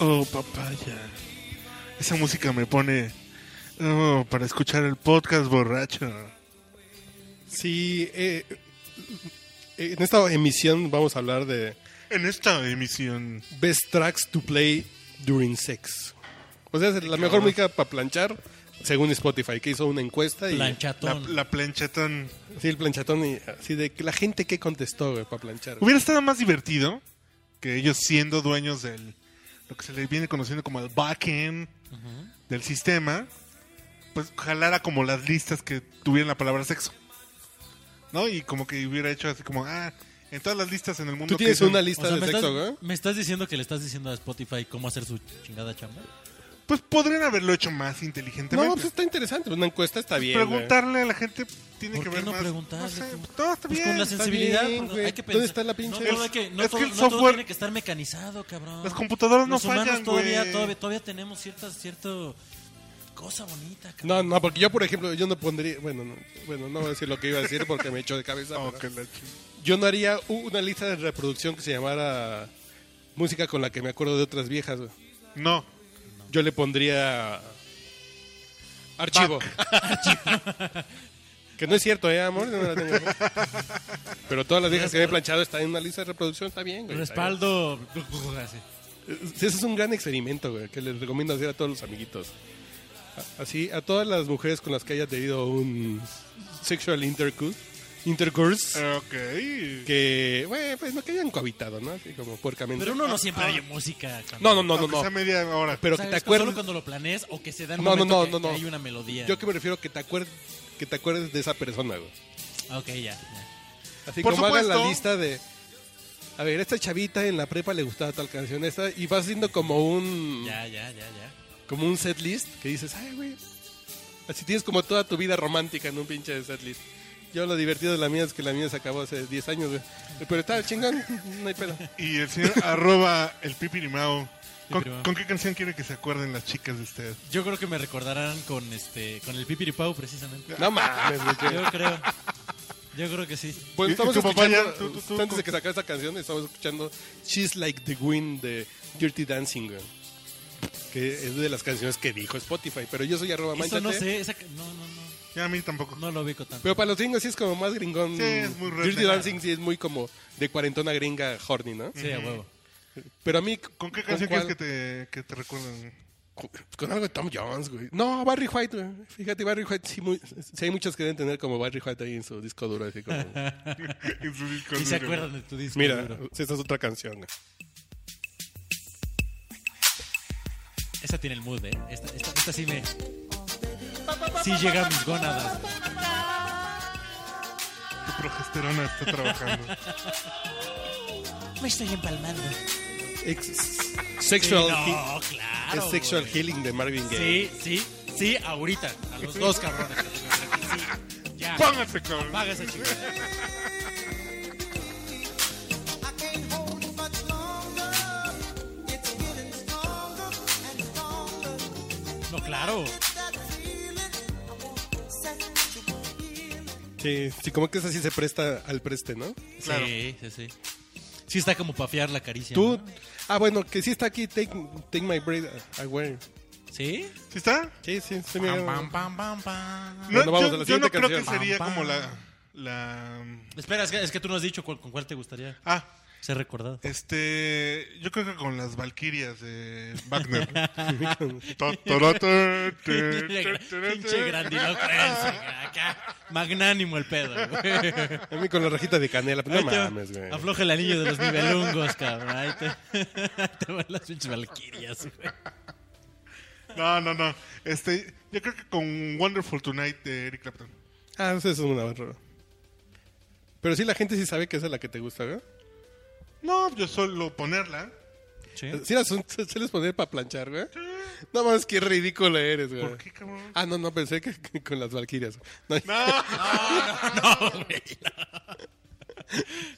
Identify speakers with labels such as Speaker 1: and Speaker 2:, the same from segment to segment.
Speaker 1: Oh, papaya. Esa música me pone oh, para escuchar el podcast borracho.
Speaker 2: Sí, eh, en esta emisión vamos a hablar de
Speaker 1: En esta emisión.
Speaker 2: best tracks to play during sex. O sea, es la mejor música para planchar, según Spotify, que hizo una encuesta y
Speaker 1: La,
Speaker 3: Planchatón.
Speaker 1: la planchatón.
Speaker 2: sí, el planchatón y así de que la gente que contestó güey, para planchar. güey.
Speaker 1: Pues Hubiera estado más divertido que ellos siendo dueños del lo que se les viene conociendo como el backend del sistema, pues jalara como las listas que tuvieran la palabra sexo. ¿No? Y como que hubiera hecho así como, ah, en todas las listas en el mundo
Speaker 2: Tú
Speaker 1: que
Speaker 2: tienes
Speaker 1: son-
Speaker 2: una
Speaker 3: O
Speaker 2: lista
Speaker 3: sea,
Speaker 2: de
Speaker 3: ¿me,
Speaker 2: sexo,
Speaker 3: estás,
Speaker 2: güey?
Speaker 3: me estás diciendo que le estás diciendo a Spotify cómo hacer su chingada chamba?
Speaker 1: pues podrían haberlo hecho más inteligentemente.
Speaker 2: No, pues está interesante, una encuesta está bien. güey.
Speaker 1: preguntarle a la gente tiene
Speaker 3: ¿Por
Speaker 1: que
Speaker 3: qué
Speaker 1: ver
Speaker 3: no
Speaker 1: más.
Speaker 3: preguntarle?
Speaker 1: No sé, todo está
Speaker 3: Pues
Speaker 1: bien.
Speaker 3: con la
Speaker 2: está
Speaker 3: sensibilidad.
Speaker 2: bien,
Speaker 3: porque
Speaker 2: güey.
Speaker 3: hay que
Speaker 2: ¿Dónde
Speaker 3: pensar-
Speaker 2: está la pinche-
Speaker 3: No, no, hay que, no
Speaker 1: Es
Speaker 3: todo,
Speaker 1: que el
Speaker 3: no todo
Speaker 1: software-
Speaker 3: tiene que estar mecanizado, cabrón.
Speaker 1: Las computadoras no
Speaker 3: Los humanos
Speaker 1: fallan,
Speaker 3: todavía,
Speaker 1: güey.
Speaker 3: todavía, todavía tenemos ciertas, cierto cosa bonita, cabrón.
Speaker 2: No, no, porque yo, por ejemplo, yo no pondría. Bueno, no, bueno, no voy a decir lo que iba a decir porque me echo de cabeza.
Speaker 1: Oh,
Speaker 2: pero
Speaker 1: que la ching-
Speaker 2: Yo no haría u- una lista de reproducción que se llamara Música con la que me acuerdo de otras viejas. güey.
Speaker 1: No,
Speaker 2: Yo le pondría. Archivo. que no es cierto, ¿eh, amor? No la tengo. Pero todas las viejas que me he planchado están en una lista de reproducción, está bien, güey. está bien.
Speaker 3: Respaldo. Así.
Speaker 2: Sí, Ese es un gran experimento, güey, que les recomiendo hacer a todos los amiguitos. A- Así, a todas las mujeres con las que haya tenido un sexual intercourse,
Speaker 3: Ah.
Speaker 2: intercourse
Speaker 1: ok.
Speaker 2: que, güey, pues no que hayan cohabitado, ¿no? Así como puercamente.
Speaker 3: Pero uno no siempre oye música. cabrón.
Speaker 2: No, no, no, no,
Speaker 1: Aunque
Speaker 2: no.
Speaker 1: sea media hora.
Speaker 2: Pero
Speaker 3: O
Speaker 2: que
Speaker 3: sea,
Speaker 2: te
Speaker 3: es que
Speaker 2: acuerdes.
Speaker 3: Solo cuando lo planeas o que se da el
Speaker 2: No, no,
Speaker 3: momento
Speaker 2: no,
Speaker 3: que-
Speaker 2: no,
Speaker 3: que
Speaker 2: no.
Speaker 3: hay una melodía.
Speaker 2: Yo que me refiero que te acuerdes, que te acuerdes de esa persona, güey.
Speaker 3: Ah, Ok, ya. ya.
Speaker 2: Así
Speaker 1: Por
Speaker 2: como hagan la
Speaker 1: supuesto.
Speaker 2: lista de a ver, esta chavita en la prepa le gustaba tal canción esta y vas haciendo como un
Speaker 3: Ya, ya, ya, ya.
Speaker 2: como un set list que dices, ay, güey. Así tienes como toda tu vida romántica en un pinche set list. Yo lo divertido de la mía es que la mía se acabó hace 10 años, güey. Pero está chingón, no hay pedo.
Speaker 1: Y el señor arroba el pipirimao. ¿Con,
Speaker 3: Pipirimao.
Speaker 1: con qué canción quiere que se acuerden las chicas de usted?
Speaker 3: Yo creo que me recordarán con este con el Pipiripau precisamente.
Speaker 2: No mames, güey.
Speaker 3: Yo creo. Yo creo que sí.
Speaker 2: Pues
Speaker 1: ¿Y- y
Speaker 2: estamos
Speaker 1: tu papá
Speaker 2: escuchando,
Speaker 1: ya? ¿Tú- tú- tú-
Speaker 2: antes de
Speaker 1: tú?
Speaker 2: que sacara esta canción, estamos escuchando She's Like the Wind de Dirty Dancing, güey. Que es de las canciones que dijo Spotify. Pero yo soy arroba
Speaker 3: Eso
Speaker 2: manchate.
Speaker 3: no sé. esa ca- no, no, no.
Speaker 1: Ya a mí tampoco.
Speaker 3: No lo ubico tanto.
Speaker 2: Pero para los gringos sí es como más gringón.
Speaker 1: Sí, es muy
Speaker 2: Dirty
Speaker 1: redneck.
Speaker 2: Dancing sí es muy como de cuarentona gringa horny, ¿no?
Speaker 3: Sí, a huevo.
Speaker 2: Pero a mí...
Speaker 1: ¿Con qué canción quieres
Speaker 2: cuál?
Speaker 1: que te, que te recuerden?
Speaker 2: Con- Con algo de Tom Jones, güey. No, Barry White, güey. Fíjate, Barry White, sí, muy- sí hay muchos que deben tener como Barry White ahí en su disco duro. Así como,
Speaker 1: en su disco
Speaker 3: Si se
Speaker 1: duro.
Speaker 3: acuerdan de tu disco.
Speaker 2: mira,
Speaker 3: duro.
Speaker 2: esta es otra canción. güey.
Speaker 3: Esa tiene el mood, ¿eh? Esta, esta, esta sí me. Sí llega a mis gónadas.
Speaker 1: Tu progesterona está trabajando.
Speaker 3: Me estoy empalmando.
Speaker 2: Ex-
Speaker 3: Sí,
Speaker 2: sexual, He-
Speaker 3: no, claro.
Speaker 2: es Sexual
Speaker 3: güey.
Speaker 2: Healing de Marvin Gaye.
Speaker 3: Sí, sí, sí, ahorita. A los dos cabrones. Sí, ya.
Speaker 1: Pónganse, cabrón.
Speaker 3: Paga esa chingada.
Speaker 4: I can't hold it much longer. It's getting stronger and stronger.
Speaker 3: No, claro.
Speaker 4: That feeling I want sexual healing.
Speaker 2: Sí, sí, como que esa sí se presta al preste, ¿no?
Speaker 1: Claro.
Speaker 3: Sí, sí, sí. Sí está como para fiar la caricia.
Speaker 2: Tú...
Speaker 3: ¿no?
Speaker 2: Ah, bueno, que sí está aquí Take, Take My Breath Away.
Speaker 3: ¿Sí?
Speaker 1: ¿Sí está?
Speaker 2: Sí, sí, sí. mira.
Speaker 3: Pam, pam, pam, pam, pam.
Speaker 1: No,
Speaker 2: Bueno, vamos
Speaker 1: yo,
Speaker 2: a la
Speaker 1: yo no
Speaker 2: siguiente
Speaker 1: creo que
Speaker 2: canción.
Speaker 1: sería
Speaker 3: Pam, pam.
Speaker 1: como la, la...
Speaker 3: Espera, es que, es que tú no has dicho cuál- con cuál te gustaría
Speaker 1: Ah,
Speaker 3: ser recordado.
Speaker 1: este... Yo creo que con las Valquirias de Wagner. To- torote, te- te- te-
Speaker 3: Pinche grandilocuencia. güey, Acá, magnánimo el pedo. güey.
Speaker 2: A mí con la rajita de canela. No
Speaker 3: Ahí te va.
Speaker 2: mames, güey.
Speaker 3: Afloja el anillo de los nivelungos, cabrón. Ahí te, ahí te van las pinches valquirias, güey.
Speaker 1: No, no, no. Este, yo creo que con Wonderful Tonight de Eric Clapton.
Speaker 2: Ah, eso es una barra. Pero sí, la gente sí sabe que esa es la que te gusta, ¿verdad?
Speaker 1: No, yo solo ponerla.
Speaker 3: Sí.
Speaker 2: Sí, las sueles poner para planchar, güey. No más, qué ridículo eres, güey.
Speaker 1: ¿Por qué, cabrón? Ah,
Speaker 2: Ah, no, no, pensé que, que con las valquirias. No,
Speaker 1: No,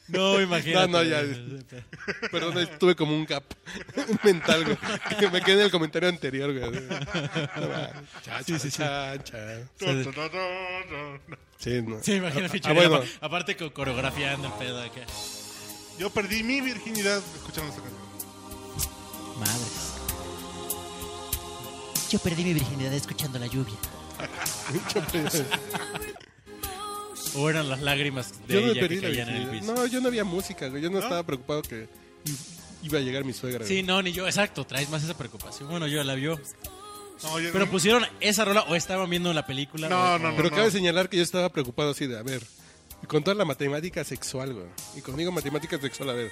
Speaker 3: No, imagínate.
Speaker 2: No, no, ya.
Speaker 3: güey.
Speaker 2: perdón, estuve como un gap mental, güey. Que me quedé en el comentario anterior, güey. No, va. Cha,
Speaker 3: Sí,
Speaker 2: cha,
Speaker 3: sí, sí.
Speaker 2: cha, cha.
Speaker 1: To- to- to- to- to-
Speaker 2: Sí, no.
Speaker 3: Sí, imagínate, pinche.
Speaker 2: Ah, bueno.
Speaker 3: apa- Aparte con coreografiando el pedo acá.
Speaker 1: Yo perdí mi virginidad escuchando esta canción.
Speaker 3: Madres.
Speaker 5: Yo perdí mi virginidad escuchando la lluvia.
Speaker 3: O eran las lágrimas de
Speaker 2: yo me
Speaker 3: ella
Speaker 2: perdí
Speaker 3: que
Speaker 2: la
Speaker 3: caían en el
Speaker 2: virginidad.
Speaker 3: piso.
Speaker 2: No, yo no había música, güey. Yo no, estaba preocupado que iba a llegar mi suegra.
Speaker 3: Sí,
Speaker 2: güey.
Speaker 3: no, ni yo. Exacto, traes más esa preocupación. Bueno, yo la vio.
Speaker 1: No, yo-
Speaker 3: Pero pusieron esa rola o estaban viendo la película.
Speaker 1: No,
Speaker 3: o-
Speaker 1: no,
Speaker 3: o-
Speaker 1: no.
Speaker 2: pues, Pero cabe señalar que yo estaba preocupado así de, a ver, con toda la matemática sexual, güey. Y conmigo matemática sexual, a ver.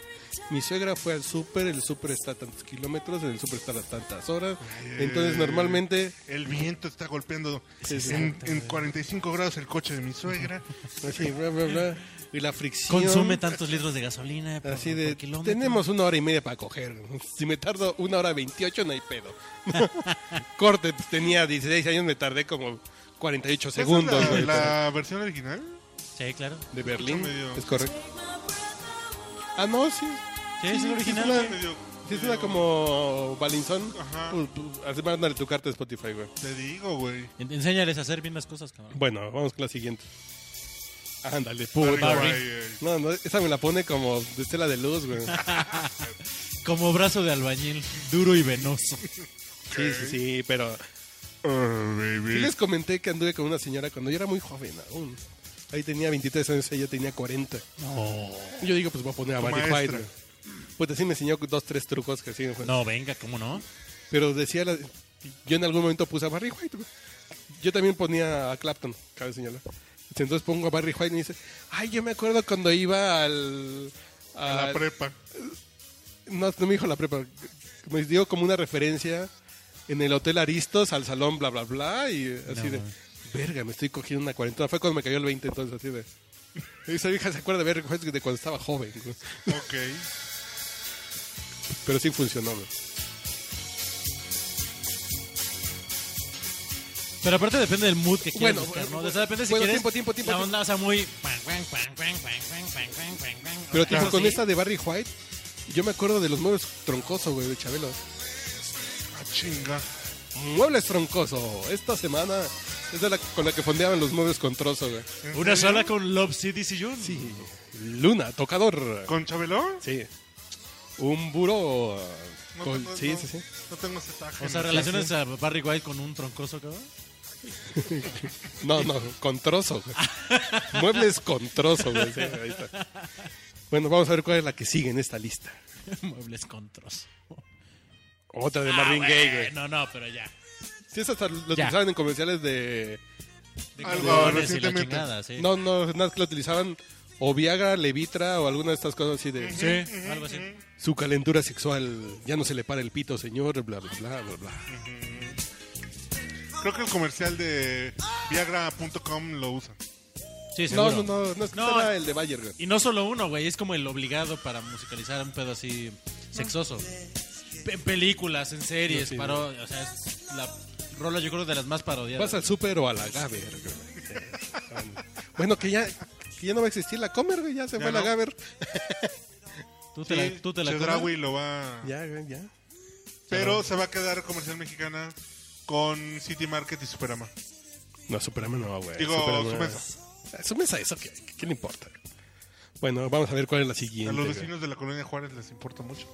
Speaker 2: Mi suegra fue al súper, el súper está a tantos kilómetros, en el súper está a tantas horas. Entonces, normalmente...
Speaker 1: El viento está golpeando
Speaker 2: Sí, sí.
Speaker 1: en, en 45 grados el coche de mi suegra.
Speaker 2: así, bla, bla, bla, y la fricción...
Speaker 3: Consume tantos litros de gasolina. por-
Speaker 2: Así
Speaker 3: por
Speaker 2: de,
Speaker 3: kilómetro.
Speaker 2: tenemos una hora y media para coger. Si me tardo una hora veintiocho, no hay pedo. Corte, pues, tenía 16 años, me tardé como 48 segundos.
Speaker 1: ¿Esa es
Speaker 2: güey.
Speaker 1: la, la versión original?
Speaker 3: Sí, claro.
Speaker 2: De Berlín,
Speaker 1: medio-
Speaker 2: es correcto. Ah, no, sí.
Speaker 3: Sí, es el original.
Speaker 1: Es una
Speaker 3: güey.
Speaker 1: medio-
Speaker 2: Sí, es
Speaker 1: medio-
Speaker 2: una como Balinzón.
Speaker 1: Ajá.
Speaker 2: Pues, pues, Así mándale tu carta de Spotify, güey.
Speaker 1: Te digo, güey.
Speaker 3: En- Enséñales a hacer bien las cosas, cabrón.
Speaker 2: Bueno, vamos con la siguiente. Ándale,
Speaker 1: Barry
Speaker 2: puta.
Speaker 1: White.
Speaker 2: No, no, esa me la pone como de estela de luz, güey.
Speaker 3: Como brazo de albañil, duro y venoso.
Speaker 2: Sí, sí, sí, pero
Speaker 1: Oh, baby.
Speaker 2: Sí les comenté que anduve con una señora cuando yo era muy joven aún. Ahí tenía 23 años, ella tenía 40. Y Yo digo, pues voy a poner a
Speaker 1: Tu
Speaker 2: Barry
Speaker 1: maestra.
Speaker 2: White. güey. Pues así me enseñó dos, tres trucos que sí. güey.
Speaker 3: No, venga, ¿cómo no?
Speaker 2: Pero decía, la- yo en algún momento puse a Barry White. güey. Yo también ponía a Clapton, cabe señalar. Entonces pongo a Barry White y me dice, ay, yo me acuerdo cuando iba al...
Speaker 1: A la
Speaker 2: al-
Speaker 1: prepa.
Speaker 2: no, no me dijo la prepa. Me dio como una referencia en el Hotel Aristos al salón, bla, bla, bla. Y así de, verga, me estoy cogiendo una cuarentena. Fue cuando me cayó el 20, entonces, así de. Esa vieja se acuerda de ver de cuando estaba joven. güey.
Speaker 1: Ok.
Speaker 2: Pero sí funcionó, güey.
Speaker 3: Pero aparte depende del mood que quieras
Speaker 2: Bueno,
Speaker 3: buscar, ¿no?
Speaker 2: bueno,
Speaker 3: O sea, depende si
Speaker 2: bueno,
Speaker 3: quieres
Speaker 2: tiempo, tiempo, tiempo,
Speaker 3: la
Speaker 2: tiempo.
Speaker 3: onda, o sea, muy...
Speaker 2: Pero tipo, con
Speaker 3: Sí.
Speaker 2: esta de Barry White, yo me acuerdo de los muebles troncosos, güey, de Chabelo.
Speaker 1: Ah, chinga.
Speaker 2: Muebles troncoso. Esta semana es de la, con la que fondeaban los muebles con trozo, güey.
Speaker 1: ¿En
Speaker 3: Una
Speaker 1: serio?
Speaker 3: sala con Love City Sillón.
Speaker 2: Sí. Luna, tocador.
Speaker 1: ¿Con Chabelo?
Speaker 2: Sí. Un buró.
Speaker 1: No
Speaker 2: con-
Speaker 1: tengo-
Speaker 2: sí,
Speaker 1: no-
Speaker 2: sí, sí.
Speaker 1: No tengo ese taje.
Speaker 3: O sea, relaciones a Barry White con un troncoso, cabrón.
Speaker 2: No, no, con trozo. güey. Muebles con trozo, güey. sí, ahí está. Bueno, vamos a ver cuál es la que sigue en esta lista.
Speaker 3: Muebles con trozo.
Speaker 2: Otra de Marvin
Speaker 3: Ah,
Speaker 2: Gaye,
Speaker 3: güey,
Speaker 2: güey.
Speaker 3: No, no, pero ya.
Speaker 2: Sí, esa hasta lo
Speaker 3: Ya.
Speaker 2: utilizaban en comerciales de...
Speaker 3: De
Speaker 1: Algo
Speaker 3: colores y la
Speaker 1: recientemente.
Speaker 3: chingada, sí.
Speaker 2: No, no, nada más que lo utilizaban o Viagra, Levitra o alguna de estas cosas así de...
Speaker 3: Sí, algo así.
Speaker 2: Su calentura sexual, ya no se le para el pito, señor, bla, bla, bla, bla, bla.
Speaker 1: Creo que el comercial de Viagra.com lo usa.
Speaker 3: Sí,
Speaker 2: No, no,
Speaker 3: seguro.
Speaker 2: no, no, es que
Speaker 3: No.
Speaker 2: era el de Bayer, güey.
Speaker 3: Y no solo uno, güey, es como el obligado para musicalizar un pedo así sexoso. Pe- En películas, en series,
Speaker 2: Sí, sí,
Speaker 3: paro- o sea, es la rola yo creo de las más parodiadas.
Speaker 2: Vas al súper o a la Gaber, güey. Bueno, que ya, que ya no va a existir la Comer, güey, ya se
Speaker 1: Ya
Speaker 2: fue la
Speaker 1: no.
Speaker 2: Gaber.
Speaker 3: Tú te la, tú te la comes.
Speaker 1: Chedraui lo va.
Speaker 2: Ya, güey, ya.
Speaker 1: Pero se va a quedar comercial mexicana con City Market y Superama.
Speaker 2: No, Superama no, güey.
Speaker 1: Digo,
Speaker 2: Superama-
Speaker 1: su mesa.
Speaker 2: Ah, Su mesa, eso, ¿qué, qué le importa? Bueno, vamos a ver cuál es la
Speaker 1: A
Speaker 2: siguiente.
Speaker 1: los
Speaker 2: güey.
Speaker 1: vecinos de la colonia Juárez les importa mucho.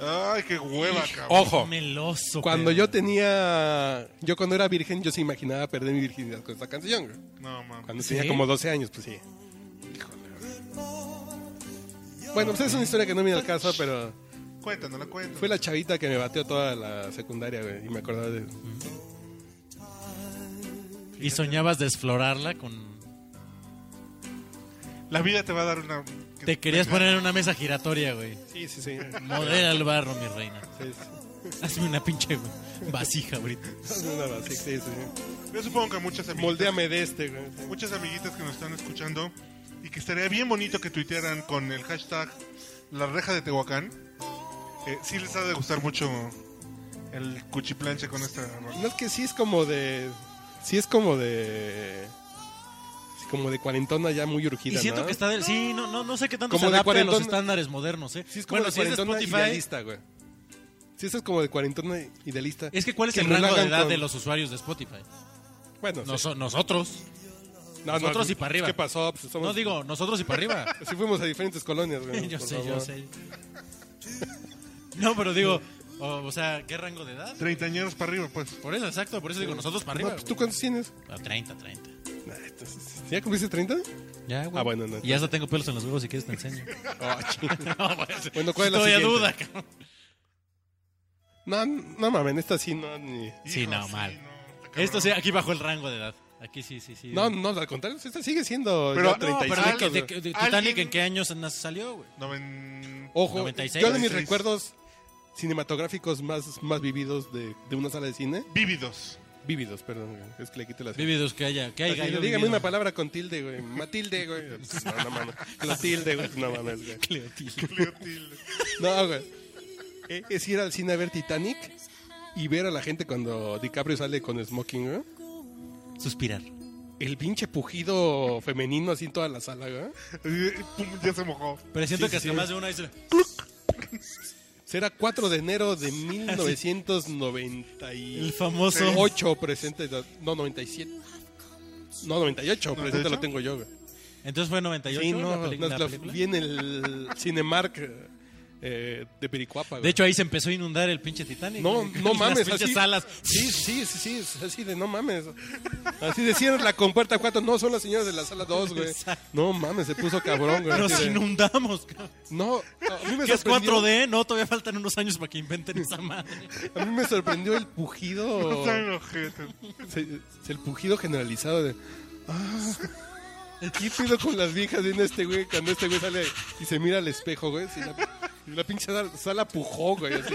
Speaker 1: Ay, qué hueva, cabrón.
Speaker 2: Ojo,
Speaker 3: Meloso.
Speaker 2: cuando
Speaker 3: pedo.
Speaker 2: yo tenía. Yo cuando era virgen, yo se imaginaba perder mi virginidad con esta canción, güey.
Speaker 1: No, mames.
Speaker 2: Cuando
Speaker 3: ¿Sí?
Speaker 2: tenía como 12 años, pues sí. Bueno, pues es una historia que no viene al caso, pero
Speaker 1: Cuéntanos, la cuento.
Speaker 2: fue la chavita que me bateó toda la secundaria, güey. Y me acordaba de.
Speaker 3: Y soñabas de explorarla con...
Speaker 1: La vida te va a dar una.
Speaker 3: Te querías poner en una mesa giratoria, güey.
Speaker 2: Sí, sí, sí.
Speaker 3: Modera el barro, mi reina.
Speaker 2: Sí, sí.
Speaker 3: Hazme una pinche güey, vasija ahorita.
Speaker 2: No, sí, sí, sí.
Speaker 1: Yo supongo que muchas amiguitas,
Speaker 2: Moldéame de este, güey.
Speaker 1: muchas amiguitas que nos están escuchando y que estaría bien bonito que tuitearan con el hashtag La Reja de Tehuacán. Eh, sí les ha de gustar mucho el cuchiplanche con esta. rola.
Speaker 2: No es que sí es como de. Sí es como de. es Como de cuarentona ya muy urgida.
Speaker 3: Y siento
Speaker 2: ¿no?
Speaker 3: que está... del- Sí, no, no, no sé qué tanto
Speaker 2: Como
Speaker 3: se
Speaker 2: de
Speaker 3: adapta a los
Speaker 2: cuarentón-
Speaker 3: estándares modernos, ¿eh?
Speaker 2: Sí es como
Speaker 3: bueno,
Speaker 2: de
Speaker 3: si es de
Speaker 2: cuarentona
Speaker 3: Spotify...
Speaker 2: idealista, güey. Sí, esto es como de cuarentona idealista.
Speaker 3: Es que ¿cuál es el
Speaker 2: no la
Speaker 3: rango de
Speaker 2: hagan
Speaker 3: edad
Speaker 2: con-
Speaker 3: de los usuarios de Spotify?
Speaker 2: Bueno, sí.
Speaker 3: Noso- nosotros.
Speaker 2: No,
Speaker 3: nosotros
Speaker 2: no,
Speaker 3: y para arriba.
Speaker 2: ¿Qué pasó? Pues somos-
Speaker 3: No digo nosotros y para arriba.
Speaker 2: Sí fuimos a diferentes colonias, güey.
Speaker 3: yo
Speaker 2: por
Speaker 3: sé, yo
Speaker 2: favor.
Speaker 3: sé. No, pero digo, O, o sea, ¿qué rango de edad?
Speaker 1: Treintañeros para arriba, pues.
Speaker 3: Por eso, exacto, por eso digo nosotros para arriba.
Speaker 2: No, pues, ¿Tú
Speaker 3: güey.
Speaker 2: cuántos tienes?
Speaker 3: Ah, 30, 30.
Speaker 2: Nah, entonces, ¿Ya cumpliste 30?
Speaker 3: Ya,
Speaker 2: Ah, bueno, no.
Speaker 3: Y ya hasta tengo pelos en los huevos si quieres te enseño.
Speaker 2: Oh, ching.
Speaker 3: no, pues,
Speaker 2: Bueno, ¿cuál es la
Speaker 3: todavía
Speaker 2: siguiente?
Speaker 3: duda, cabrón.
Speaker 2: no, no mames, esta sí no ni...
Speaker 3: Sí,
Speaker 1: Hijo,
Speaker 3: no, mal.
Speaker 1: no, está cabrón.
Speaker 3: Esto sí, aquí bajo el rango de edad. Aquí sí, sí, sí.
Speaker 2: No, no, al contrario, esta sigue siendo
Speaker 1: Pero-
Speaker 2: ya 35.
Speaker 1: no,
Speaker 3: Pero de, de- de Titanic,
Speaker 1: ¿Alguien?
Speaker 3: ¿en qué años nas- salió, güey?
Speaker 1: Noven-
Speaker 2: Ojo,
Speaker 3: 96,
Speaker 2: yo de mis
Speaker 1: 96.
Speaker 2: recuerdos cinematográficos más, más vividos de, de una sala de cine,
Speaker 1: Vívidos.
Speaker 2: vívidos, perdón, güey, es que le quité las...
Speaker 3: Vividos que haya, que
Speaker 2: Así,
Speaker 3: haya. yo
Speaker 2: dígame
Speaker 3: vivido.
Speaker 2: una palabra con tilde, güey. Matilde, güey. No, no mames. Clotilde, güey. No mames, güey.
Speaker 1: Cleotilde.
Speaker 2: No, güey. Eh, Es ir al cine a ver Titanic y ver a la gente cuando DiCaprio sale con smoking, güey.
Speaker 3: Suspirar.
Speaker 2: El pinche pujido femenino así en toda la sala, güey.
Speaker 1: Así, pum, ya se mojó.
Speaker 3: Pero siento
Speaker 2: Sí,
Speaker 3: que
Speaker 2: sí.
Speaker 3: hasta más de una dice.
Speaker 2: Será 4 de enero de 1998
Speaker 3: El famoso.
Speaker 2: presente. No, 97. No, 98 presente lo
Speaker 1: ¿98?
Speaker 2: tengo yo, güey.
Speaker 3: Entonces fue 98
Speaker 2: Sí,
Speaker 3: la
Speaker 2: no,
Speaker 3: peli-
Speaker 2: nos
Speaker 3: la
Speaker 2: lo
Speaker 3: película.
Speaker 2: vi en el Cinemark eh, de Pericuapa, güey.
Speaker 3: De hecho, ahí se empezó a inundar el pinche Titanic.
Speaker 2: No,
Speaker 3: güey.
Speaker 2: no mames.
Speaker 3: Las pinches
Speaker 2: así,
Speaker 3: salas.
Speaker 2: Sí, sí, sí, sí, es así de no mames. Así de cierra la compuerta 4. No, son las señoras de la sala 2, güey.
Speaker 3: Exacto.
Speaker 2: No mames, se puso cabrón, güey.
Speaker 3: Nos
Speaker 2: así de-
Speaker 3: inundamos, cabrón.
Speaker 2: no, a mí me
Speaker 3: Que es
Speaker 2: sorprendió.
Speaker 3: 4D, no, todavía faltan unos años para que inventen esa madre.
Speaker 2: A mí me sorprendió el
Speaker 1: No
Speaker 2: pujido.
Speaker 1: saben, ojete.
Speaker 2: se- se- el pujido generalizado de. "Ah, ¿Qué pido con las viejas en este güey? Cuando este güey sale y se mira al espejo, güey. si la, si la pinche sal- sala, pujó, güey. así.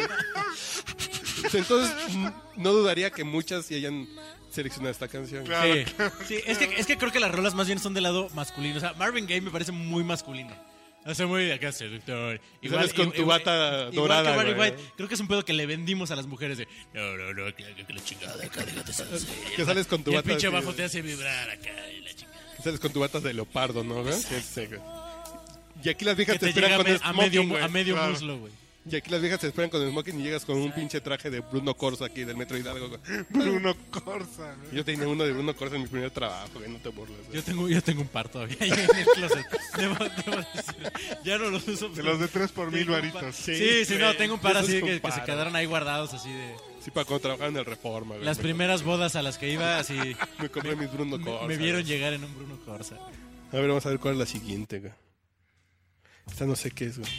Speaker 2: Entonces, n- no dudaría que muchas sí hayan seleccionado esta canción. güey.
Speaker 1: Claro.
Speaker 3: Sí, sí, es, que, es que creo que las rolas más bien son del lado masculino. O sea, Marvin Gaye me parece muy masculino. O sea, muy de acá seductor.
Speaker 2: sales con tu bata
Speaker 3: igual
Speaker 2: dorada,
Speaker 3: que Barry
Speaker 2: güey.
Speaker 3: White, creo que es un pedo que le vendimos a las mujeres de no, no, no, que, que la chingada acá, déjate seducir".
Speaker 2: Que sales con tu
Speaker 3: Y el
Speaker 2: bata
Speaker 3: pinche
Speaker 2: así,
Speaker 3: bajo
Speaker 2: güey.
Speaker 3: te hace vibrar acá y la chingada.
Speaker 2: Que Sales con tu bata de leopardo, ¿no, güey? Sí, sí, güey. eh, Y aquí las viejas
Speaker 3: Que
Speaker 2: te,
Speaker 3: te llega
Speaker 2: esperan
Speaker 3: a,
Speaker 2: con
Speaker 3: me- a medio,
Speaker 2: smoking, güey.
Speaker 3: a medio
Speaker 1: claro.
Speaker 3: muslo, güey.
Speaker 2: Y aquí las viejas te esperan con smoking y llegas con un pinche traje de Bruno Corso aquí del Metro Hidalgo, güey.
Speaker 1: Bruno Corsa. güey.
Speaker 2: Yo tenía uno de Bruno Corso en mi primer trabajo, güey, no te burles. güey.
Speaker 3: Yo tengo, yo tengo un par todavía ahí en el closet. Debo- debo decir, ya no los uso.
Speaker 1: De los de 3 por mil
Speaker 3: Tengo un par-
Speaker 1: varitos.
Speaker 3: Sí, sí, no,
Speaker 2: güey.
Speaker 3: tengo un par
Speaker 2: Esos
Speaker 3: así
Speaker 2: son
Speaker 3: que, que se
Speaker 2: paros.
Speaker 3: quedaron ahí guardados así de...
Speaker 2: Sí, para cuando trabajaba en el Reforma, güey.
Speaker 3: Las
Speaker 2: Me-
Speaker 3: primeras bodas a las que iba así...
Speaker 2: Me compré mis Bruno
Speaker 3: me-
Speaker 2: Corsa.
Speaker 3: me vieron
Speaker 2: güey.
Speaker 3: llegar en un Bruno Corsa.
Speaker 2: A ver, vamos a ver cuál es la siguiente, güey. Esta no sé qué es, güey.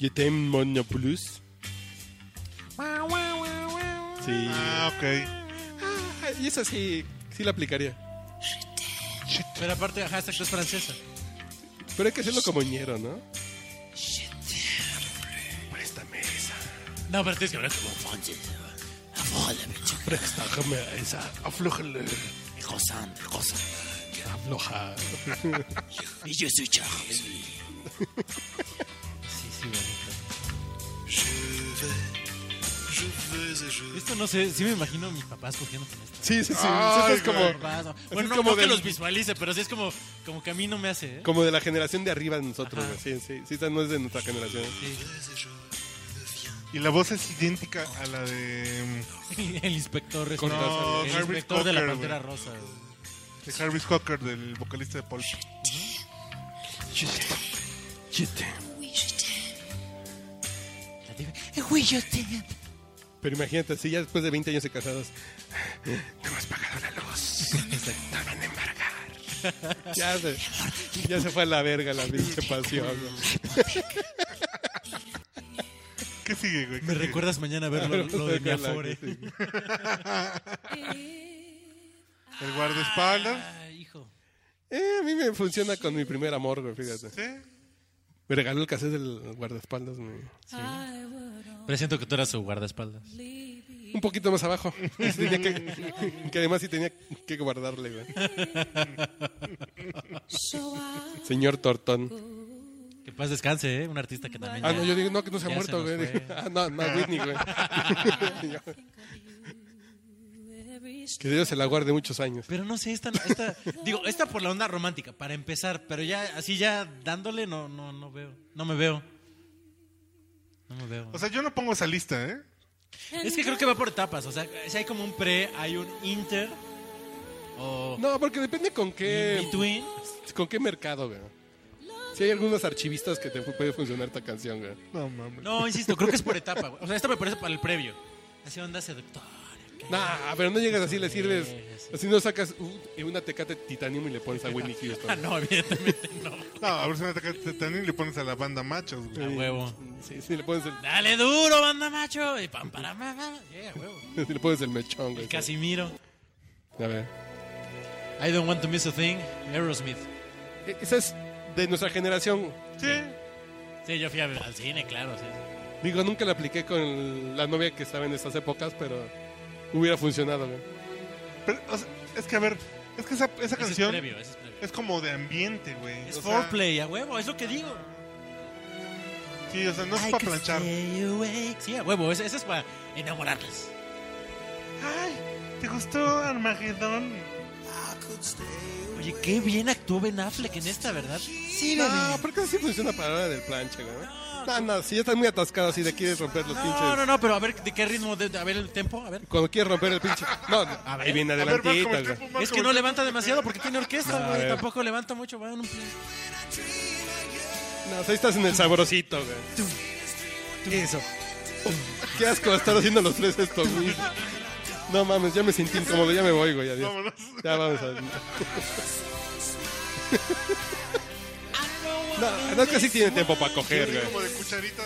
Speaker 2: Yo tengo Monopolis. Sí.
Speaker 1: Ah, ok.
Speaker 2: Ah, y esa sí, sí la aplicaría.
Speaker 3: Pero aparte, ajá, esta es francesa.
Speaker 2: Pero hay que hacerlo como ñero, ¿no?
Speaker 3: No, pero tienes que hablar como
Speaker 5: Ponte, afójame, chico,
Speaker 2: Préstame esa, aflójale,
Speaker 5: gozando, gozando.
Speaker 2: afloja.
Speaker 5: Y yo soy Charles.
Speaker 3: Sí, sí, bonito. Esto no sé, sí me imagino a mis papás cogiendo con esto.
Speaker 2: Sí, sí, sí.
Speaker 1: Ay,
Speaker 2: Eso Ah, es como,
Speaker 3: Papás, no. Bueno, no,
Speaker 2: como
Speaker 3: no que
Speaker 2: del-
Speaker 3: los visualice, pero sí es como, como que a mí no me hace, ¿eh?
Speaker 2: como de la generación de arriba de nosotros,
Speaker 3: Ajá.
Speaker 2: güey. Sí, sí. Sí, esa no es de nuestra generación.
Speaker 1: Y la voz es idéntica a la de, mm,
Speaker 3: El inspector es
Speaker 1: No,
Speaker 3: el
Speaker 1: Jarvis
Speaker 3: inspector de la
Speaker 1: Cocker,
Speaker 3: pantera rosa. güey.
Speaker 1: de Harvis Cocker, del vocalista de Paul.
Speaker 2: Chiste.
Speaker 3: La tía-
Speaker 5: Eh, Güey, yo tenía.
Speaker 2: Pero imagínate, si ya después de 20 años de casados, no hemos pagado la luz. No van a embargar. Ya se, ya se fue a la verga la pinche pasión. güey.
Speaker 1: ¿Qué sigue, güey? ¿Qué
Speaker 3: Me
Speaker 1: sigue?
Speaker 3: recuerdas mañana a ver lo, lo de mi
Speaker 2: Con la que
Speaker 3: afore.
Speaker 2: sí.
Speaker 1: El guardaespaldas.
Speaker 3: Ah, hijo.
Speaker 2: Eh, a mí me funciona con mi primer amor, güey, fíjate.
Speaker 1: Sí.
Speaker 2: Me regaló el cassette del guardaespaldas. güey.
Speaker 3: Presiento que tú eras su guardaespaldas.
Speaker 2: Un poquito más abajo. Ese tenía que, que además sí tenía que guardarle, güey. Señor Tortón.
Speaker 3: Que paz descanse, ¿eh? Un artista que también.
Speaker 2: Ah,
Speaker 3: ya-
Speaker 2: no, yo digo, no, que no se ha
Speaker 3: Ya
Speaker 2: muerto,
Speaker 3: se
Speaker 2: güey.
Speaker 3: nos fue.
Speaker 2: Dije, Ah, no, no, Whitney, güey. que Dios se la guarde muchos años.
Speaker 3: Pero no sé, esta, no- esta digo, esta por la onda romántica, para empezar, pero ya, así ya dándole, no, no, no veo, no me veo. No me veo.
Speaker 1: O sea, yo no pongo esa lista, ¿eh?
Speaker 3: es que creo que va por etapas, o sea, si hay como un pre, hay un inter, o
Speaker 2: No, porque depende con
Speaker 3: in
Speaker 2: qué,
Speaker 3: between.
Speaker 2: con qué mercado, güey. Sí hay algunos archivistas que te fu- puede funcionar esta canción, güey.
Speaker 1: No mames.
Speaker 3: No, insisto, creo que es por etapa, güey. O sea, esto me parece para el previo. Así onda seductora.
Speaker 2: Nah, pero no llegas así, le sirves. Así no sacas uh, una tecate titanium y le pones a Winnie
Speaker 3: Ah,
Speaker 2: Houston.
Speaker 3: no, evidentemente no.
Speaker 1: No, a ver si me ataca Tetanil y le pones a la banda machos,
Speaker 3: A
Speaker 1: güey.
Speaker 3: huevo.
Speaker 2: Sí, sí, le pones el,
Speaker 3: Dale duro, banda macho. Y pam, para, ma, ma. Yeah, huevo.
Speaker 2: sí, le pones el mechón, güey.
Speaker 3: El Casimiro.
Speaker 2: A ver.
Speaker 3: I don't want to miss a thing. Aerosmith.
Speaker 2: E- Esa es de nuestra generación.
Speaker 1: Sí.
Speaker 3: Sí, yo fui a- al cine, claro. Sí. sí.
Speaker 2: Digo, nunca la apliqué con la novia que estaba en estas épocas, pero hubiera funcionado, güey.
Speaker 1: Pero, o sea, es que a ver, es que esa, esa
Speaker 3: Ese
Speaker 1: canción
Speaker 3: es
Speaker 1: es,
Speaker 3: previo, ese es previo.
Speaker 1: como de ambiente, güey.
Speaker 3: Es
Speaker 1: O sea,
Speaker 3: foreplay, a huevo, es lo que digo.
Speaker 1: Sí, o sea, no es para planchar.
Speaker 3: Sí, a huevo, ese, ese es para enamorarlas.
Speaker 1: Ay, ¿te gustó Armagedón?
Speaker 3: Oye, qué bien actuó Ben Affleck en esta, ¿verdad? Sí,
Speaker 2: No, porque eso sí funciona para la hora del planche, güey. No, no, si ya estás muy atascado así de quieres romper los
Speaker 3: No,
Speaker 2: pinches.
Speaker 3: no, no, pero a ver, ¿de qué ritmo? De- de- a ver el tempo, a ver.
Speaker 2: Cuando quieres romper el pinche. No, ahí viene
Speaker 1: A ver, más
Speaker 2: adelantito,
Speaker 1: como el
Speaker 2: güey.
Speaker 1: tiempo, más
Speaker 3: Es que
Speaker 1: como
Speaker 3: no
Speaker 1: el
Speaker 3: levanta demasiado porque tiene orquesta, güey.
Speaker 2: ver.
Speaker 3: Tampoco levanta mucho, va en un pie.
Speaker 2: No, ahí estás en el sabrosito, güey. Eso. Qué asco estar haciendo los tres esto, güey. No mames, ya me sentí incómodo, ya me voy, güey, adiós.
Speaker 1: Vámonos.
Speaker 2: Ya vamos a... No, no es que sí tiene tiempo para coger,
Speaker 1: tiempo,
Speaker 2: güey.
Speaker 1: Como de cucharita.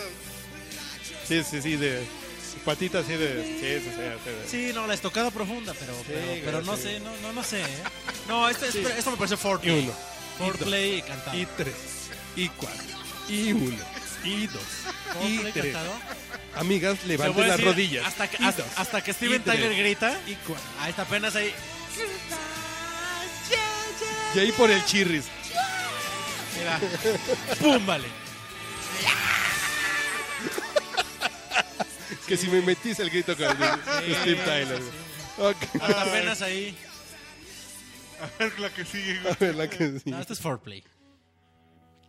Speaker 2: Sí, sí, sí, de... Patita así de... Sí, sí, sí, sí, sí.
Speaker 3: Sí, no, la estocada profunda, pero, pero,
Speaker 2: güey,
Speaker 3: pero no
Speaker 2: sí.
Speaker 3: sé, no, no, no sé. ¿eh? No, esto, es- esto me parece
Speaker 2: Y
Speaker 3: foreplay.
Speaker 2: uno,
Speaker 3: Foreplay y cantado.
Speaker 2: y tres, y cuatro, y uno, y dos, y
Speaker 3: Foreplay
Speaker 2: tres.
Speaker 3: cantado.
Speaker 2: Amigas,
Speaker 3: Te voy
Speaker 2: levanten
Speaker 3: a
Speaker 2: las
Speaker 3: decir,
Speaker 2: rodillas.
Speaker 3: Hasta que,
Speaker 2: Y
Speaker 3: hasta,
Speaker 2: dos,
Speaker 3: hasta que Steven
Speaker 2: y tres,
Speaker 3: Tyler grita.
Speaker 2: y cuatro.
Speaker 3: Ahí está apenas ahí.
Speaker 2: Y ahí por el chirris.
Speaker 3: Mira. ¡Pum! Vale.
Speaker 2: Que si me metís el grito con el de Steve Tyler. güey. Ok.
Speaker 3: Hasta apenas ahí.
Speaker 1: A ver la que sigue,
Speaker 2: A
Speaker 1: güey.
Speaker 2: ver, la que sí.
Speaker 3: No, esto es foreplay.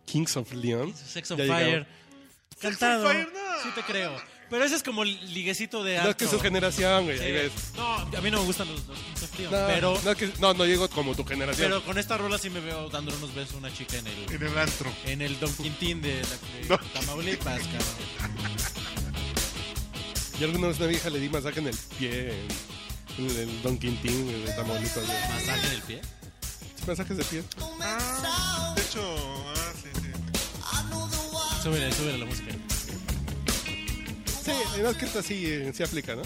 Speaker 2: Kings of Leon.
Speaker 3: Sex on
Speaker 2: Ya llegamos.
Speaker 3: Fire. Cantado.
Speaker 1: on Fire, no.
Speaker 3: Sí te creo. Pero ese es como el liguecito de
Speaker 2: No es que
Speaker 3: antro.
Speaker 2: es su generación, güey. ahí ves.
Speaker 3: Sí. No, a mí no me gustan los, los Kings of Leon,
Speaker 2: No,
Speaker 3: pero,
Speaker 2: no, que- no, no llego como tu generación.
Speaker 3: pero con esta rola sí me veo dándole unos besos a una chica en el,
Speaker 1: En el antro.
Speaker 3: en el Don Quintín de, la- de
Speaker 1: No.
Speaker 3: Tamaulipas, cabrón.
Speaker 2: Yo alguna vez a una vieja le di masaje en el pie. En en el Don Quintín güey, de Tamaulipas. güey.
Speaker 3: Masaje en el pie.
Speaker 2: ¿Masajes de pie?
Speaker 1: Ah, de hecho, ah, sí, sí.
Speaker 3: Súbele, súbele la música.
Speaker 2: Sí, además que esta sí eh, se aplica, ¿no?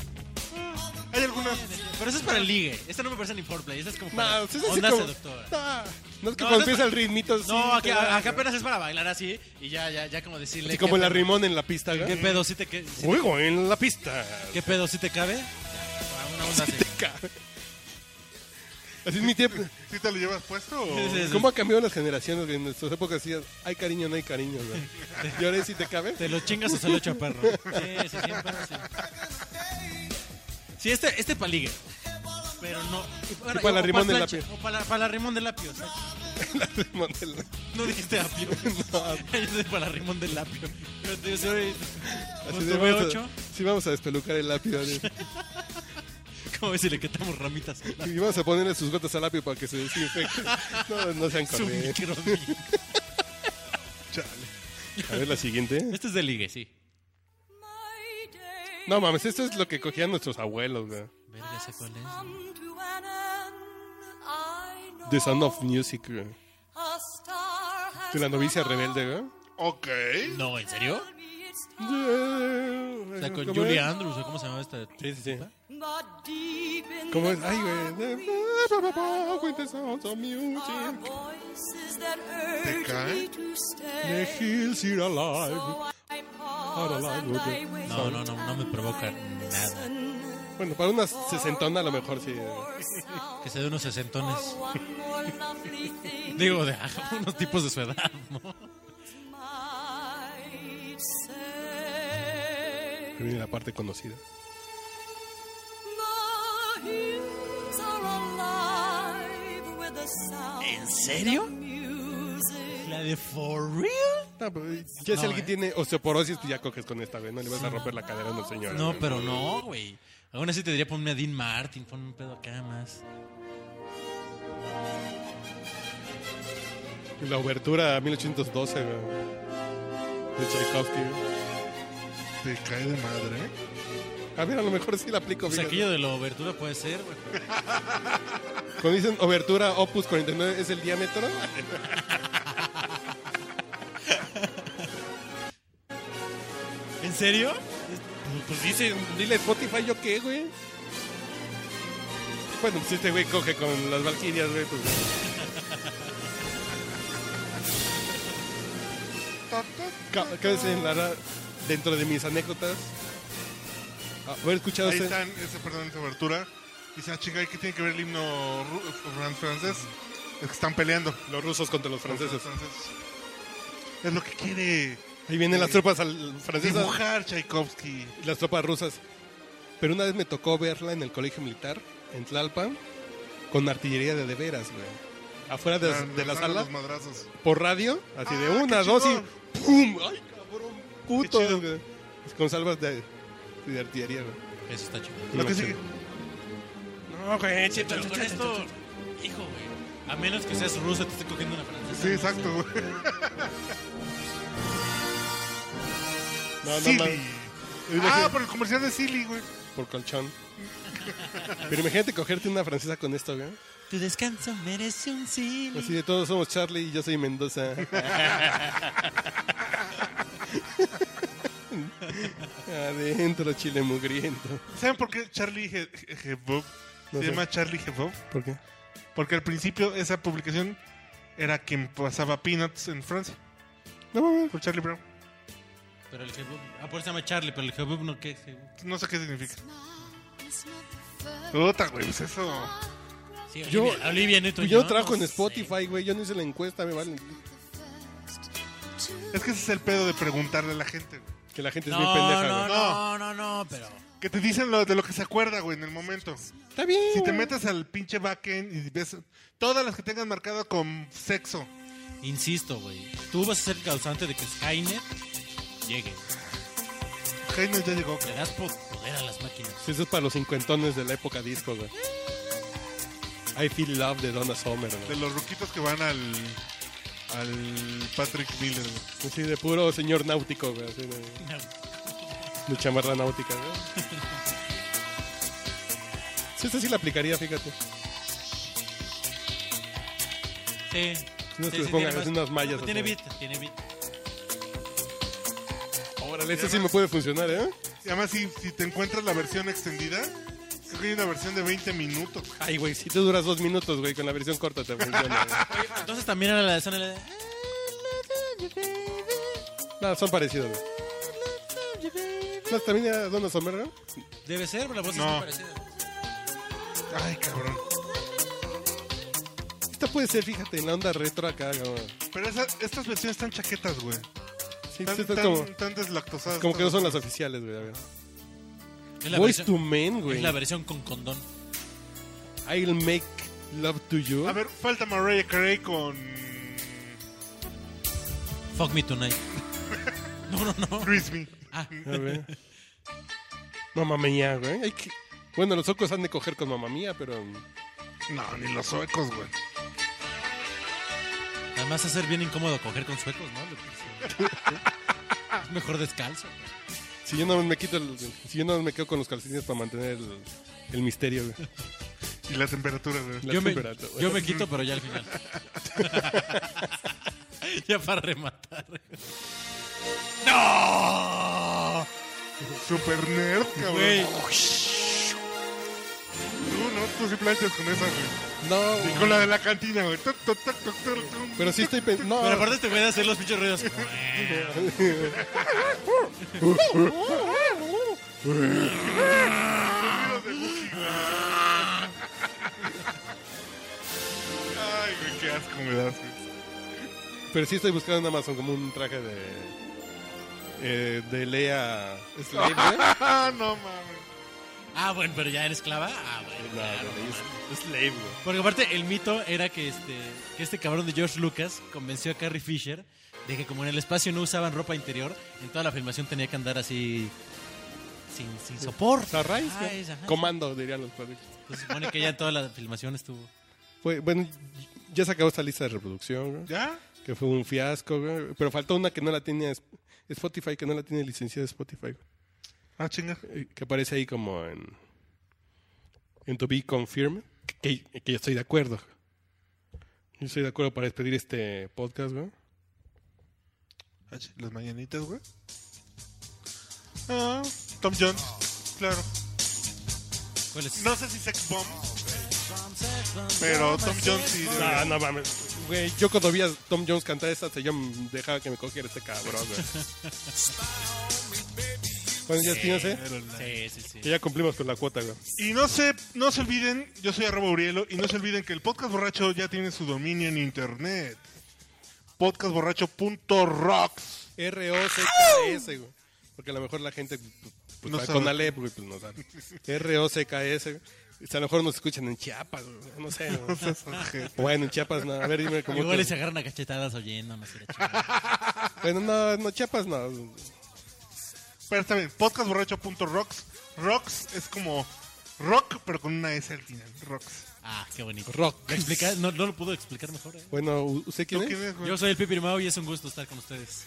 Speaker 1: Hay algunas.
Speaker 3: Pero eso es para el ligue. Este no me parece ni foreplay. Este es como para
Speaker 2: No, sí es así
Speaker 3: onda
Speaker 2: como-
Speaker 3: seductora.
Speaker 2: No, no es que cuando
Speaker 3: No, no es
Speaker 2: empieza
Speaker 3: pa-
Speaker 2: el ritmito. sí,
Speaker 3: No,
Speaker 2: te
Speaker 3: aquí,
Speaker 2: da-
Speaker 3: acá apenas es para bailar así y ya, ya, ya como decirle.
Speaker 2: Así
Speaker 3: ¿qué
Speaker 2: como la
Speaker 3: pedo?
Speaker 2: rimón en la pista,
Speaker 3: ¿Qué
Speaker 2: güey.
Speaker 3: pedo? ¿Sí te, que- sí-
Speaker 2: Juego en la pista.
Speaker 3: ¿Qué pedo? ¿Sí te cabe? Ya, Una onda así.
Speaker 2: Te cabe. Así es mi tiempo.
Speaker 1: ¿Sí te lo llevas puesto o...?
Speaker 3: Sí, sí, sí.
Speaker 2: ¿Cómo ha cambiado las generaciones? güey? En nuestras épocas decías, hay cariño, no hay cariño. güey. Y ahora sí te cabe.
Speaker 3: ¿Te lo chingas o se lo echa perro? Sí, sí, siempre sí. Sí, este, este pa' ligue. Pero no. y- bueno,
Speaker 2: pa' la
Speaker 3: o pa'
Speaker 2: rimón de
Speaker 3: plancha,
Speaker 2: lapio.
Speaker 3: O para la, pa' la rimón de lapio. o sea,
Speaker 2: La rimón de la-
Speaker 3: No dijiste apio. Yo dije para la rimón de lapio. Yo te soy.
Speaker 2: Así de,
Speaker 3: Punto
Speaker 2: vamos
Speaker 3: B8.
Speaker 2: a, sí, vamos a despelucar el lápiz. güey.
Speaker 3: ¿Cómo ves si le quitamos ramitas?
Speaker 2: Y vamos a ponerle sus gotas al lápiz para que se desinfecte. No, no sean
Speaker 3: Su
Speaker 2: corrientes.
Speaker 3: micro.
Speaker 2: A ver la siguiente.
Speaker 3: Este es de ligue, sí.
Speaker 2: No mames, esto es lo que cogían nuestros abuelos. güey.
Speaker 3: Verga, sé cuál es.
Speaker 2: The Sound of Music. güey. De la novicia rebelde. güey.
Speaker 1: Ok.
Speaker 3: No, ¿en serio? O sea, con
Speaker 2: ¿Cómo
Speaker 3: Julie
Speaker 2: es?
Speaker 3: Andrews, ¿o cómo se llama esta?
Speaker 2: Sí, sí, sí. ¿Cómo es? Ay, güey. With the sound of music.
Speaker 1: ¿Te cae?
Speaker 2: The hills are alive. Are alive with the
Speaker 3: No, no, no, no me provoca nada.
Speaker 2: Bueno, para una sesentona a lo mejor sí. eh,
Speaker 3: Que se dé unos sesentones. Digo, de unos tipos de su edad, ¿no?
Speaker 2: Que viene la parte conocida.
Speaker 5: ¿En serio?
Speaker 3: ¿La de For Real?
Speaker 2: No, pero ya si
Speaker 3: No,
Speaker 2: alguien
Speaker 3: ¿eh?
Speaker 2: tiene osteoporosis, pues ya coges con esta, güey. No le vas a romper la cadera a una señora.
Speaker 3: No,
Speaker 2: güey.
Speaker 3: pero no, güey. Aún así te diría ponme a Dean Martin, ponme un pedo acá más.
Speaker 2: La obertura a 1812, güey. De Tchaikovsky, güey.
Speaker 1: Te cae de madre, ¿eh?
Speaker 2: A ver, a lo mejor sí la aplico
Speaker 3: Pues
Speaker 2: bien.
Speaker 3: aquello de la obertura puede ser, güey.
Speaker 2: Cuando dicen obertura opus 49 es el diámetro.
Speaker 3: ¿En serio?
Speaker 2: Pues dice, dile Spotify, ¿yo qué, güey? Bueno, pues este güey coge con las valquirias, güey, pues... Ca- Cabe señalar, dentro de mis anécdotas, haber escuchado...
Speaker 1: Ahí
Speaker 2: este-
Speaker 1: están, esa, perdón, esa abertura. Dicen, "Ah, chinga, ¿y ¿qué tiene que ver el himno ru- fran- francés? Es que están peleando.
Speaker 2: Los rusos contra los franceses.
Speaker 1: Los franceses. Es lo que quiere
Speaker 2: Ahí vienen las tropas al- francesas,
Speaker 1: dibujar Tchaikovsky.
Speaker 2: las tropas rusas. Pero una vez me tocó verla en el colegio militar, en Tlalpan, con artillería de de veras, güey. Afuera de,
Speaker 1: Lanzando
Speaker 2: de la sala,
Speaker 1: Los madrazos.
Speaker 2: por radio, así de
Speaker 1: Ah, qué
Speaker 2: una, dos y
Speaker 1: chingón.
Speaker 2: ¡pum! ¡Ay, cabrón! ¡Puto!
Speaker 1: Qué chido.
Speaker 2: güey. Con salvas de, de artillería, güey.
Speaker 3: Eso está chido.
Speaker 1: Lo que sigue.
Speaker 3: No, güey, pero con esto, hijo, güey. A menos que seas ruso, te esté cogiendo una francesa.
Speaker 1: Sí, exacto, güey.
Speaker 2: No, no,
Speaker 1: Silly.
Speaker 2: mames,
Speaker 1: Ah, por el comercial de Silly, güey.
Speaker 2: por colchón. Pero imagínate cogerte una francesa con esto, güey.
Speaker 3: Tu descanso merece un sí.
Speaker 2: Así Pues de todos somos Charlie y yo soy Mendoza. Adentro, chile mugriento.
Speaker 1: ¿Saben por qué Charlie He- He- Hebdo
Speaker 2: No
Speaker 1: se
Speaker 2: sé.
Speaker 1: llama Charlie Hebdo?
Speaker 2: ¿Por qué?
Speaker 1: Porque al principio esa publicación era quien pasaba Peanuts en Francia,
Speaker 2: No, mames.
Speaker 1: por Charlie Brown.
Speaker 3: Pero el Jebub. Ah, por eso se llama Charlie, pero el Jebub no qué. Sí,
Speaker 1: No sé qué significa. Puta, güey, pues eso.
Speaker 3: Sí,
Speaker 2: Yo-
Speaker 3: Olivia, Olivia Newton.
Speaker 2: Yo trabajo en Spotify, güey. Yo no hice la encuesta, me vale.
Speaker 1: Es que ese es el pedo de preguntarle a la gente. güey.
Speaker 2: Que la gente es
Speaker 3: No,
Speaker 2: bien pendeja.
Speaker 3: no,
Speaker 2: güey.
Speaker 3: no, no, no, pero.
Speaker 1: Que te dicen lo, de lo que se acuerda, güey, en el momento.
Speaker 2: Está bien.
Speaker 1: Si te
Speaker 2: güey.
Speaker 1: metes al pinche backend y ves todas las que tengan marcado con sexo.
Speaker 3: Insisto, güey. Tú vas a ser causante de que Skynet llegue.
Speaker 1: Heino ya llegó.
Speaker 3: Le das po- poder a las máquinas.
Speaker 2: Sí, Pues eso es para los cincuentones de la época disco, güey. I Feel Love de Donna Summer,
Speaker 1: De
Speaker 2: güey.
Speaker 1: los ruquitos que van al. al Patrick Miller, güey.
Speaker 2: Pues Sí, de puro señor náutico, güey. así de, de chamarra náutica, güey. Sí, esta sí la aplicaría, fíjate.
Speaker 3: Sí.
Speaker 2: No te
Speaker 3: Sí, sí,
Speaker 2: pongas
Speaker 3: tiene más-
Speaker 2: unas mallas
Speaker 3: No, Tiene
Speaker 2: atrás.
Speaker 3: beat, tiene beat.
Speaker 2: Órale, esta este sí me puede funcionar, ¿eh?
Speaker 1: Y además, si, si te encuentras la versión extendida, creo que hay una versión de 20 minutos.
Speaker 2: Ay, güey, si te duras dos minutos, güey, con la versión corta te funciona. güey.
Speaker 3: Oye, Entonces también era la de "Eh, Sonel.
Speaker 2: no, son parecidos, güey. No, también era Donna Summer, ¿no?
Speaker 3: Debe ser, pero la voz
Speaker 1: No.
Speaker 3: es muy parecida.
Speaker 1: Ay, cabrón.
Speaker 2: Esta puede ser, fíjate, en la onda retro acá, güey.
Speaker 1: Pero esa- estas versiones están chaquetas, güey.
Speaker 2: Sí,
Speaker 1: Están,
Speaker 2: sí, está
Speaker 1: tan-
Speaker 2: como,
Speaker 1: tan deslactosadas.
Speaker 2: como que no
Speaker 1: todas.
Speaker 2: son las oficiales, güey. a ver.
Speaker 3: Es la
Speaker 2: Voice to
Speaker 3: versión-
Speaker 2: Men,
Speaker 3: Es
Speaker 2: güey.
Speaker 3: la versión con condón.
Speaker 2: I'll make love to you.
Speaker 1: A ver, falta Mariah Carey con
Speaker 3: Fuck me tonight. No, no, no.
Speaker 1: Frisbee.
Speaker 3: Ah,
Speaker 2: A ver. Mamma mía, güey. Ay, qué- Bueno, los ojos han de coger con mamá mía, pero. um,
Speaker 1: No, ni los suecos, güey.
Speaker 3: además hacer bien incómodo coger con suecos, ¿no? Es mejor descalzo.
Speaker 2: Si yo no me quito el- Si yo no me quedo con los calcetines para mantener el, el misterio, güey.
Speaker 1: Y la temperatura, güey.
Speaker 2: La
Speaker 3: yo, me,
Speaker 2: temperatura, güey.
Speaker 3: yo me quito, pero ya al final. ya para rematar. ¡No!
Speaker 1: Super nerd, cabrón.
Speaker 3: Güey.
Speaker 1: Tú, no, tú sí planchas con esa, güey.
Speaker 2: No,
Speaker 1: Y
Speaker 2: güey.
Speaker 1: con la de la cantina, güey. Tu, tu, tu, tu, tu, tu.
Speaker 2: Pero sí estoy pensando.
Speaker 3: Pero aparte te voy a hacer los pinches ruidos.
Speaker 1: Ay, güey, qué asco me das, güey.
Speaker 2: Pero sí estoy buscando en Amazon como un traje de. eh, de Lea Slade, güey.
Speaker 1: Ah, no mames.
Speaker 3: Ah, bueno, pero ya eres esclava. Ah, bueno,
Speaker 2: No,
Speaker 3: claro.
Speaker 2: güey,
Speaker 3: man.
Speaker 2: es- Slade, güey.
Speaker 3: Porque aparte el mito era que este, que este cabrón de George Lucas convenció a Carrie Fisher de que como en el espacio no usaban ropa interior, en toda la filmación tenía que andar así sin, sin sopor.
Speaker 2: Sarrais, güey.
Speaker 3: Ay, ajá.
Speaker 2: Comando, dirían los padres.
Speaker 3: Pues se supone que ella en toda la filmación estuvo.
Speaker 2: Fue- Bueno, ya se acabó esta lista de reproducción, güey.
Speaker 1: ¿Ya?
Speaker 2: que fue un fiasco, güey. Pero faltó una que no la tiene Sp- Spotify, que no la tiene licenciada Spotify, güey.
Speaker 1: Ah, chinga.
Speaker 2: Eh, que aparece ahí como en, en To Be Confirmed, que, que yo estoy de acuerdo. Yo estoy de acuerdo para despedir este podcast, güey.
Speaker 1: Ah, chi- Las mañanitas, güey. Ah, Tom Jones. Claro.
Speaker 3: ¿Cuál es?
Speaker 1: No sé si Sex Bomb, pero Tom Jones sí.
Speaker 2: No, no mames. Güey, yo cuando vi a Tom Jones cantar esta, hasta yo m- dejaba que me cogiera este cabrón, güey. Bueno, ya, sí, no sé.
Speaker 3: Sí, sí, sí.
Speaker 2: Que ya cumplimos con la cuota, güey.
Speaker 1: Y no se, no se olviden, yo soy arroba Urielo, y no se olviden que el Podcast Borracho ya tiene su dominio en internet. Podcastborracho.rocks.
Speaker 2: R-O-C-K-S, güey. Porque a lo mejor la gente pues, pues,
Speaker 1: No
Speaker 2: va
Speaker 1: sabe.
Speaker 2: con Alep, güey, pues no sabe. R-O-C-K-S, güey. A lo mejor nos escuchan en Chiapas, güey. No sé, güey. Bueno, en Chiapas no. A ver, dime cómo.
Speaker 3: Igual
Speaker 2: te-
Speaker 3: y se agarran a cachetadas oyéndonos. y la chingada.
Speaker 2: Bueno, no, no, Chiapas no.
Speaker 1: Pero está bien, podcastborracho.rocks. Rocks es como rock, pero con una S al final. Rocks.
Speaker 3: Ah, qué bonito.
Speaker 2: Rock.
Speaker 3: ¿Lo explica- No, no lo pudo explicar mejor. eh.
Speaker 2: Bueno, ¿u- ¿usted
Speaker 1: ¿Tú
Speaker 2: quién
Speaker 1: quién
Speaker 2: es?
Speaker 1: eres, güey?
Speaker 3: Yo soy el Pipi Mau y es un gusto estar con ustedes.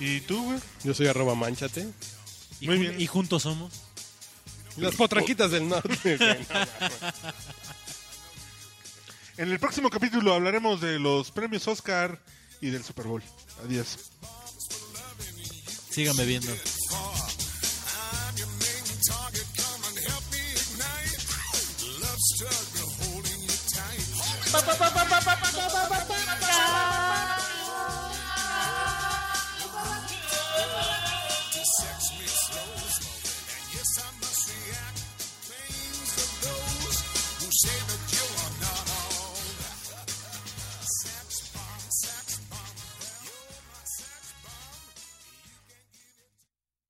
Speaker 1: ¿Y tú, güey?
Speaker 2: Yo soy arroba manchate.
Speaker 3: Y,
Speaker 1: Muy
Speaker 3: jun-
Speaker 1: bien.
Speaker 3: y juntos somos.
Speaker 2: Las potranquitas del norte, güey.
Speaker 1: En el próximo capítulo hablaremos de los premios Oscar y del Super Bowl. Adiós.
Speaker 3: Síganme viendo.
Speaker 4: Yes, I must react. Things of those who say that you are not.